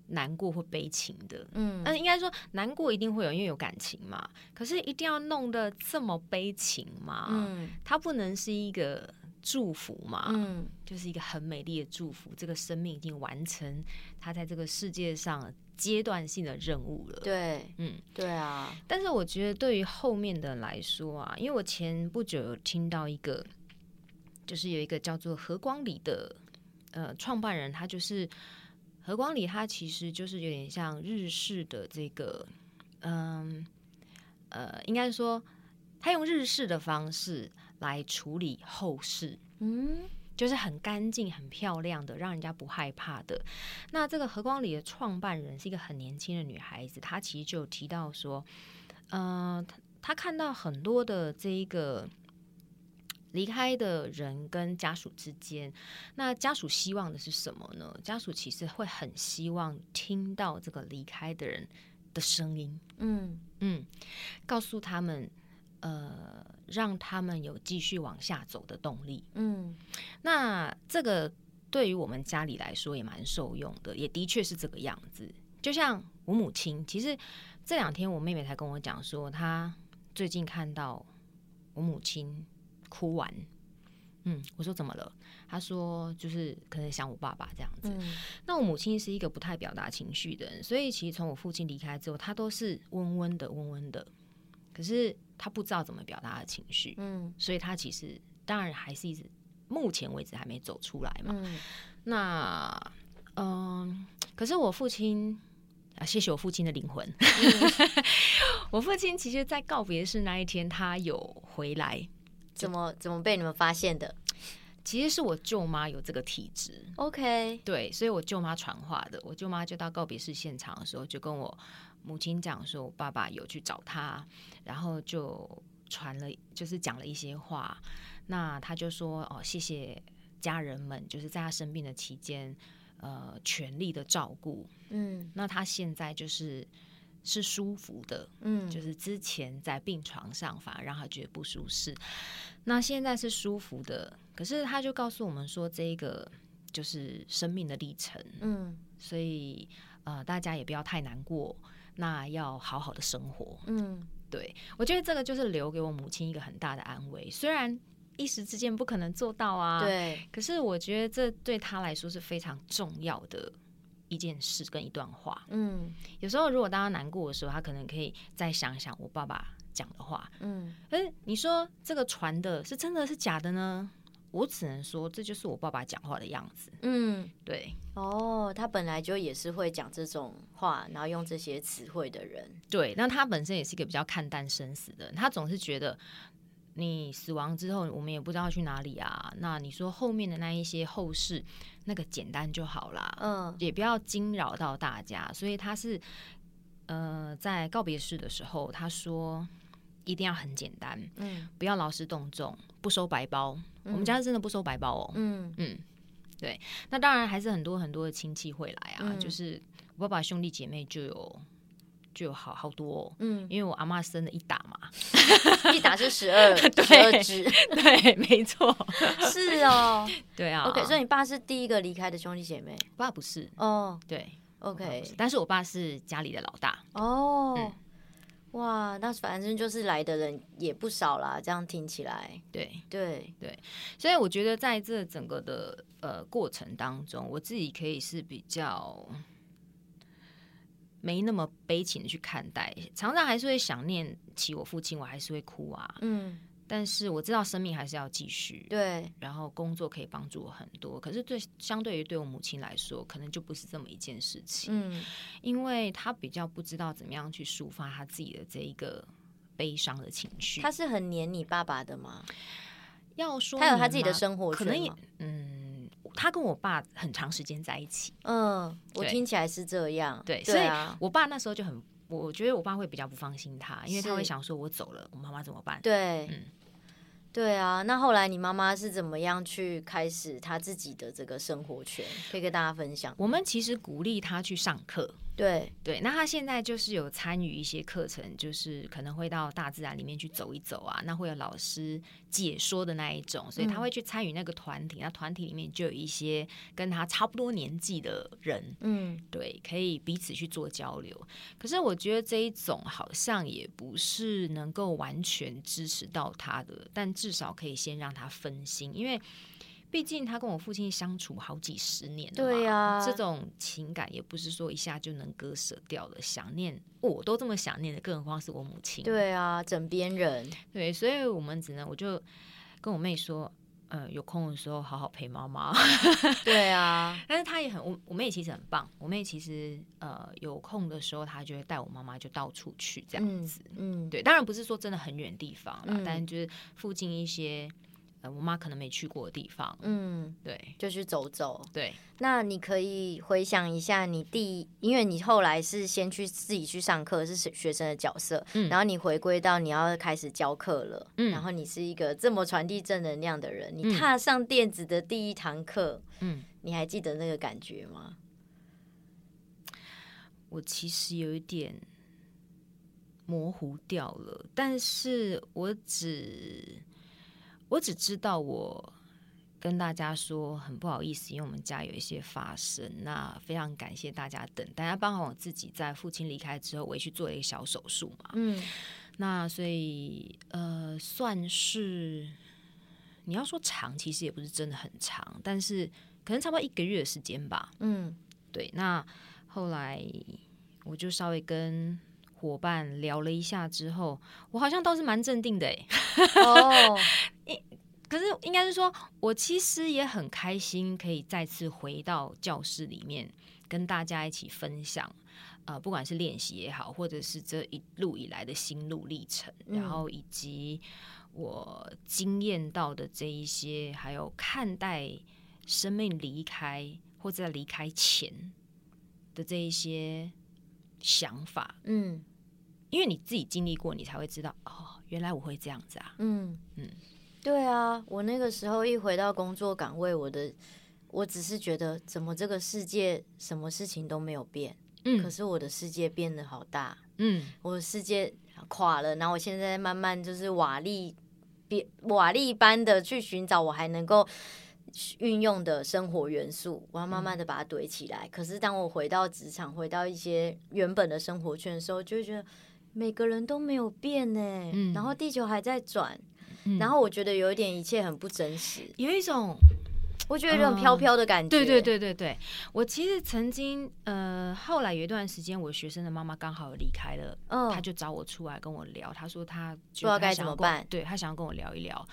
[SPEAKER 1] 难过或悲情的。呃
[SPEAKER 2] 嗯
[SPEAKER 1] 但是应该说难过一定会有，因为有感情嘛。可是一定要弄得这么悲情嘛？
[SPEAKER 2] 嗯
[SPEAKER 1] 它不能是一个祝福嘛？
[SPEAKER 2] 嗯
[SPEAKER 1] 就是一个很美丽的祝福。这个生命已经完成他在这个世界上阶段性的任务了。
[SPEAKER 2] 对
[SPEAKER 1] 嗯，
[SPEAKER 2] 对啊，
[SPEAKER 1] 但是我觉得对于后面的来说啊，因为我前不久有听到一个，就是有一个叫做何光礼的呃创办人，他就是何光礼，他其实就是有点像日式的这个，嗯呃，应该说他用日式的方式来处理后事。
[SPEAKER 2] 嗯
[SPEAKER 1] 就是很干净、很漂亮的，让人家不害怕的。那这个和光里的创办人是一个很年轻的女孩子，她其实就有提到说，呃，她她看到很多的这一个离开的人跟家属之间，那家属希望的是什么呢？家属其实会很希望听到这个离开的人的声音，
[SPEAKER 2] 嗯
[SPEAKER 1] 嗯，告诉他们，呃，让他们有继续往下走的动力。
[SPEAKER 2] 嗯
[SPEAKER 1] 那这个对于我们家里来说也蛮受用的，也的确是这个样子。就像我母亲，其实这两天我妹妹才跟我讲说，她最近看到我母亲哭完。嗯，我说怎么了？她说就是可能想我爸爸这样子。
[SPEAKER 2] 嗯
[SPEAKER 1] 那我母亲是一个不太表达情绪的人，所以其实从我父亲离开之后，她都是温温的、温温的。可是她不知道怎么表达她的情绪，
[SPEAKER 2] 嗯
[SPEAKER 1] 所以他其实当然还是一直，目前为止还没走出来嘛。
[SPEAKER 2] 嗯
[SPEAKER 1] 那嗯，可是我父亲啊，谢谢我父亲的灵魂。 我父亲其实，在告别式那一天，他有回来。
[SPEAKER 2] 怎么怎么被你们发现的
[SPEAKER 1] 其实是我舅妈有这个体质，
[SPEAKER 2] ？OK，
[SPEAKER 1] 对，所以我舅妈传话的。我舅妈就到告别式现场的时候，就跟我母亲讲说，我爸爸有去找她，然后就传了，就是讲了一些话。那他就说，哦，谢谢家人们，就是在他生病的期间，呃，全力的照顾。
[SPEAKER 2] 嗯
[SPEAKER 1] 那他现在就是是舒服的，
[SPEAKER 2] 嗯
[SPEAKER 1] 就是之前在病床上反而让他觉得不舒适，那现在是舒服的。可是他就告诉我们说，这个就是生命的历程，
[SPEAKER 2] 嗯
[SPEAKER 1] 所以呃，大家也不要太难过，那要好好的生活。
[SPEAKER 2] 嗯
[SPEAKER 1] 对我觉得这个就是留给我母亲一个很大的安慰，虽然一时之间不可能做到啊，，
[SPEAKER 2] 对
[SPEAKER 1] 可是我觉得这对他来说是非常重要的一件事跟一段话。
[SPEAKER 2] 嗯
[SPEAKER 1] 有时候如果大家难过的时候，他可能可以再想想我爸爸讲的话。
[SPEAKER 2] 嗯
[SPEAKER 1] 哎、你说这个传的是真的是假的呢？我只能说，这就是我爸爸讲话的样子。
[SPEAKER 2] 嗯。
[SPEAKER 1] 对
[SPEAKER 2] 哦，他本来就也是会讲这种话，然后用这些词汇的人。
[SPEAKER 1] 对，那他本身也是一个比较看淡生死的人，他总是觉得你死亡之后，我们也不知道去哪里啊。那你说后面的那一些后事，那个简单就好啦。
[SPEAKER 2] 嗯
[SPEAKER 1] 也不要惊扰到大家，所以他是呃在告别式的时候，他说一定要很简单，
[SPEAKER 2] 嗯
[SPEAKER 1] 不要劳师动众，不收白包。我们家是真的不收白包哦。
[SPEAKER 2] 嗯
[SPEAKER 1] 嗯，对。那当然还是很多很多的亲戚会来啊，
[SPEAKER 2] 嗯
[SPEAKER 1] 就是我爸爸兄弟姐妹就有就有好好多、哦，
[SPEAKER 2] 嗯，
[SPEAKER 1] 因为我阿妈生了一打嘛。
[SPEAKER 2] 一打是十 二
[SPEAKER 1] 对
[SPEAKER 2] 十二只，
[SPEAKER 1] 对，没错。
[SPEAKER 2] 是 哦。
[SPEAKER 1] 对啊。
[SPEAKER 2] OK，所以你爸是第一个离开的兄弟姐妹
[SPEAKER 1] 我爸不是，
[SPEAKER 2] 哦。
[SPEAKER 1] 对我爸不是
[SPEAKER 2] OK，
[SPEAKER 1] 但是我爸是家里的老大。
[SPEAKER 2] 哦。
[SPEAKER 1] 嗯
[SPEAKER 2] 哇，那反正就是来的人也不少啦，这样听起来，
[SPEAKER 1] 对。
[SPEAKER 2] 对，
[SPEAKER 1] 所以我觉得在这整个的呃过程当中，我自己可以是比较没那么悲情的去看待，常常还是会想念起我父亲，我还是会哭啊。
[SPEAKER 2] 嗯，
[SPEAKER 1] 但是我知道生命还是要继续，
[SPEAKER 2] 对，
[SPEAKER 1] 然后工作可以帮助我很多。可是对相对于对我母亲来说，可能就不是这么一件事情，
[SPEAKER 2] 嗯
[SPEAKER 1] 因为她比较不知道怎么样去抒发她自己的这一个。悲伤的情绪，
[SPEAKER 2] 他是很黏你爸爸的吗？
[SPEAKER 1] 要说
[SPEAKER 2] 他有他
[SPEAKER 1] 黏
[SPEAKER 2] 自己的
[SPEAKER 1] 吗
[SPEAKER 2] 生活
[SPEAKER 1] 可
[SPEAKER 2] 圈
[SPEAKER 1] 能也
[SPEAKER 2] 吗？
[SPEAKER 1] 嗯，他跟我爸很长时间在一起，
[SPEAKER 2] 嗯，我
[SPEAKER 1] 对
[SPEAKER 2] 听起来是这样，
[SPEAKER 1] 对
[SPEAKER 2] 对啊，
[SPEAKER 1] 我爸那时候就很，我觉得我爸会比较不放心他，因为他
[SPEAKER 2] 是
[SPEAKER 1] 会想说我走了，我妈妈怎么办？
[SPEAKER 2] 对，
[SPEAKER 1] 嗯
[SPEAKER 2] 对啊。那后来你妈妈是怎么样去开始她自己的这个生活圈？可以跟大家分享。
[SPEAKER 1] 我们其实鼓励他去上课，
[SPEAKER 2] 对，
[SPEAKER 1] 对，那他现在就是有参与一些课程，就是可能会到大自然里面去走一走啊，那会有老师解说的那一种，所以他
[SPEAKER 2] 嗯
[SPEAKER 1] 会去参与那个团体，那团体里面就有一些跟他差不多年纪的人，
[SPEAKER 2] 嗯，
[SPEAKER 1] 对，可以彼此去做交流。可是我觉得这一种好像也不是能够完全支持到他的，但至少可以先让他分心，因为毕竟他跟我父亲相处好几十年了嘛，
[SPEAKER 2] 对啊
[SPEAKER 1] 这种情感也不是说一下就能割舍掉的。想念、哦我都这么想念的，更何况是我母亲。
[SPEAKER 2] 对啊，枕边人，
[SPEAKER 1] 对，所以我们只能我就跟我妹说，呃，有空的时候好好陪妈妈。
[SPEAKER 2] 对啊，
[SPEAKER 1] 但是她也很，我我妹其实很棒。我妹其实呃有空的时候，她就会带我妈妈就到处去这样
[SPEAKER 2] 嗯
[SPEAKER 1] 子。
[SPEAKER 2] 嗯，
[SPEAKER 1] 对，当然不是说真的很远的地方啦，
[SPEAKER 2] 嗯
[SPEAKER 1] 但就是附近一些呃我妈可能没去过的地方。
[SPEAKER 2] 嗯，
[SPEAKER 1] 对
[SPEAKER 2] 就去走走。
[SPEAKER 1] 对，
[SPEAKER 2] 那你可以回想一下你第一，因为你后来是先去自己去上课，是学学生的角色，
[SPEAKER 1] 嗯
[SPEAKER 2] 然后你回归到你要开始教课了，
[SPEAKER 1] 嗯
[SPEAKER 2] 然后你是一个这么传递正能量的人，你
[SPEAKER 1] 嗯
[SPEAKER 2] 踏上电子的第一堂课，
[SPEAKER 1] 嗯，
[SPEAKER 2] 你还记得那个感觉吗？
[SPEAKER 1] 我其实有一点模糊掉了，但是我只我只知道我跟大家说很不好意思，因为我们家有一些发生，那非常感谢大家等待。那包括我自己在父亲离开之后，我也去做了一个小手术嘛，
[SPEAKER 2] 嗯，
[SPEAKER 1] 那所以呃，算是你要说长，其实也不是真的很长，但是可能差不多一个月的时间吧。
[SPEAKER 2] 嗯，
[SPEAKER 1] 对，那后来我就稍微跟伙伴聊了一下之后，我好像倒是蛮镇定的欸诶。
[SPEAKER 2] 哦，
[SPEAKER 1] 可是应该是说，我其实也很开心，可以再次回到教室里面，跟大家一起分享，呃，不管是练习也好，或者是这一路以来的心路历程，
[SPEAKER 2] 嗯
[SPEAKER 1] 然后以及我经验到的这一些，还有看待生命离开或者在离开前的这一些想法，
[SPEAKER 2] 嗯
[SPEAKER 1] 因为你自己经历过，你才会知道，哦，原来我会这样子啊，
[SPEAKER 2] 嗯
[SPEAKER 1] 嗯
[SPEAKER 2] 对啊，我那个时候一回到工作岗位，我的我只是觉得怎么这个世界什么事情都没有变。可
[SPEAKER 1] 嗯
[SPEAKER 2] 是我的世界变得好大，
[SPEAKER 1] 嗯
[SPEAKER 2] 我的世界垮了，然后我现在慢慢就是瓦砾，变瓦砾般的去寻找我还能够运用的生活元素，我要慢慢的把它堆起来。可是当我回到职场，回到一些原本的生活圈的时候，就会觉得。每个人都没有变呢、
[SPEAKER 1] 嗯
[SPEAKER 2] 然后地球还在转，
[SPEAKER 1] 嗯，
[SPEAKER 2] 然后我觉得有一点一切很不真实，
[SPEAKER 1] 有一种
[SPEAKER 2] 我觉得有种飘飘的感觉。
[SPEAKER 1] 对对，对对对，我其实曾经呃，后来有一段时间，我学生的妈妈刚好离开了，
[SPEAKER 2] 嗯，
[SPEAKER 1] 她就找我出来跟我聊，她说她觉
[SPEAKER 2] 不知道
[SPEAKER 1] 得她
[SPEAKER 2] 该
[SPEAKER 1] 想
[SPEAKER 2] 怎
[SPEAKER 1] 要
[SPEAKER 2] 么
[SPEAKER 1] 跟我
[SPEAKER 2] 办
[SPEAKER 1] 对她想要跟我聊一聊，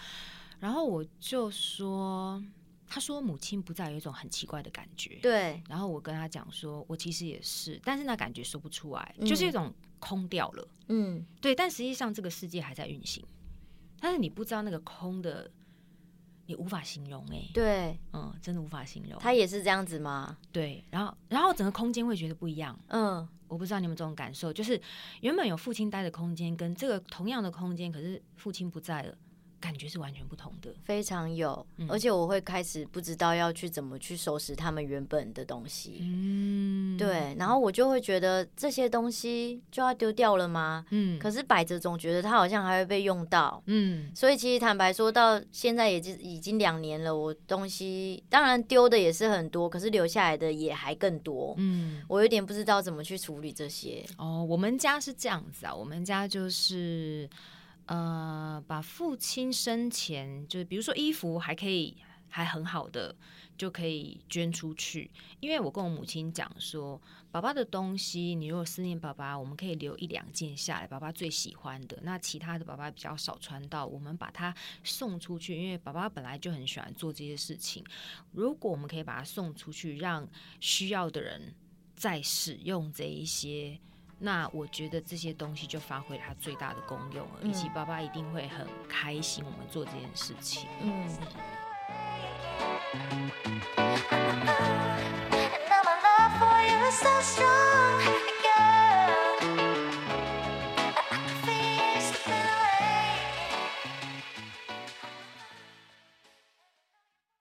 [SPEAKER 1] 然后我就说，她说母亲不在有一种很奇怪的感觉，
[SPEAKER 2] 对，
[SPEAKER 1] 然后我跟她讲说，我其实也是，但是那感觉说不出来，就是一
[SPEAKER 2] 嗯
[SPEAKER 1] 种空掉了，
[SPEAKER 2] 嗯
[SPEAKER 1] 对，但实际上这个世界还在运行，但是你不知道那个空的，你无法形容哎、
[SPEAKER 2] 对，
[SPEAKER 1] 嗯，真的无法形容，
[SPEAKER 2] 他也是这样子吗？
[SPEAKER 1] 对，然后然后整个空间会觉得不一样。
[SPEAKER 2] 嗯，
[SPEAKER 1] 我不知道你们有这种感受，就是原本有父亲待的空间，跟这个同样的空间，可是父亲不在了，感觉是完全不同的。
[SPEAKER 2] 非常有，
[SPEAKER 1] 嗯
[SPEAKER 2] 而且我会开始不知道要去怎么去收拾他们原本的东西。
[SPEAKER 1] 嗯，
[SPEAKER 2] 对，然后我就会觉得这些东西就要丢掉了吗？
[SPEAKER 1] 嗯，
[SPEAKER 2] 可
[SPEAKER 1] 是，
[SPEAKER 2] 是摆着总觉得它好像还会被用到，
[SPEAKER 1] 嗯
[SPEAKER 2] 所以其实坦白说，到现在也就已经两年了，我东西当然丢的也是很多，可是留下来的也还更多。
[SPEAKER 1] 嗯，
[SPEAKER 2] 我有点不知道怎么去处理这些。
[SPEAKER 1] 哦，我们家是这样子啊，我们家就是呃，把父亲生前，就是比如说衣服还可以还很好的，就可以捐出去。因为我跟我母亲讲说，爸爸的东西，你如果思念爸爸，我们可以留一两件下来，爸爸最喜欢的。那其他的爸爸比较少穿到，我们把它送出去，因为爸爸本来就很喜欢做这些事情。如果我们可以把它送出去，让需要的人再使用这一些。那我觉得这些东西就发挥它最大的功用了，以及
[SPEAKER 2] 嗯
[SPEAKER 1] 爸爸一定会很开心我们做这件事情。
[SPEAKER 2] 嗯。
[SPEAKER 3] Thank And now my love for you is so strong. I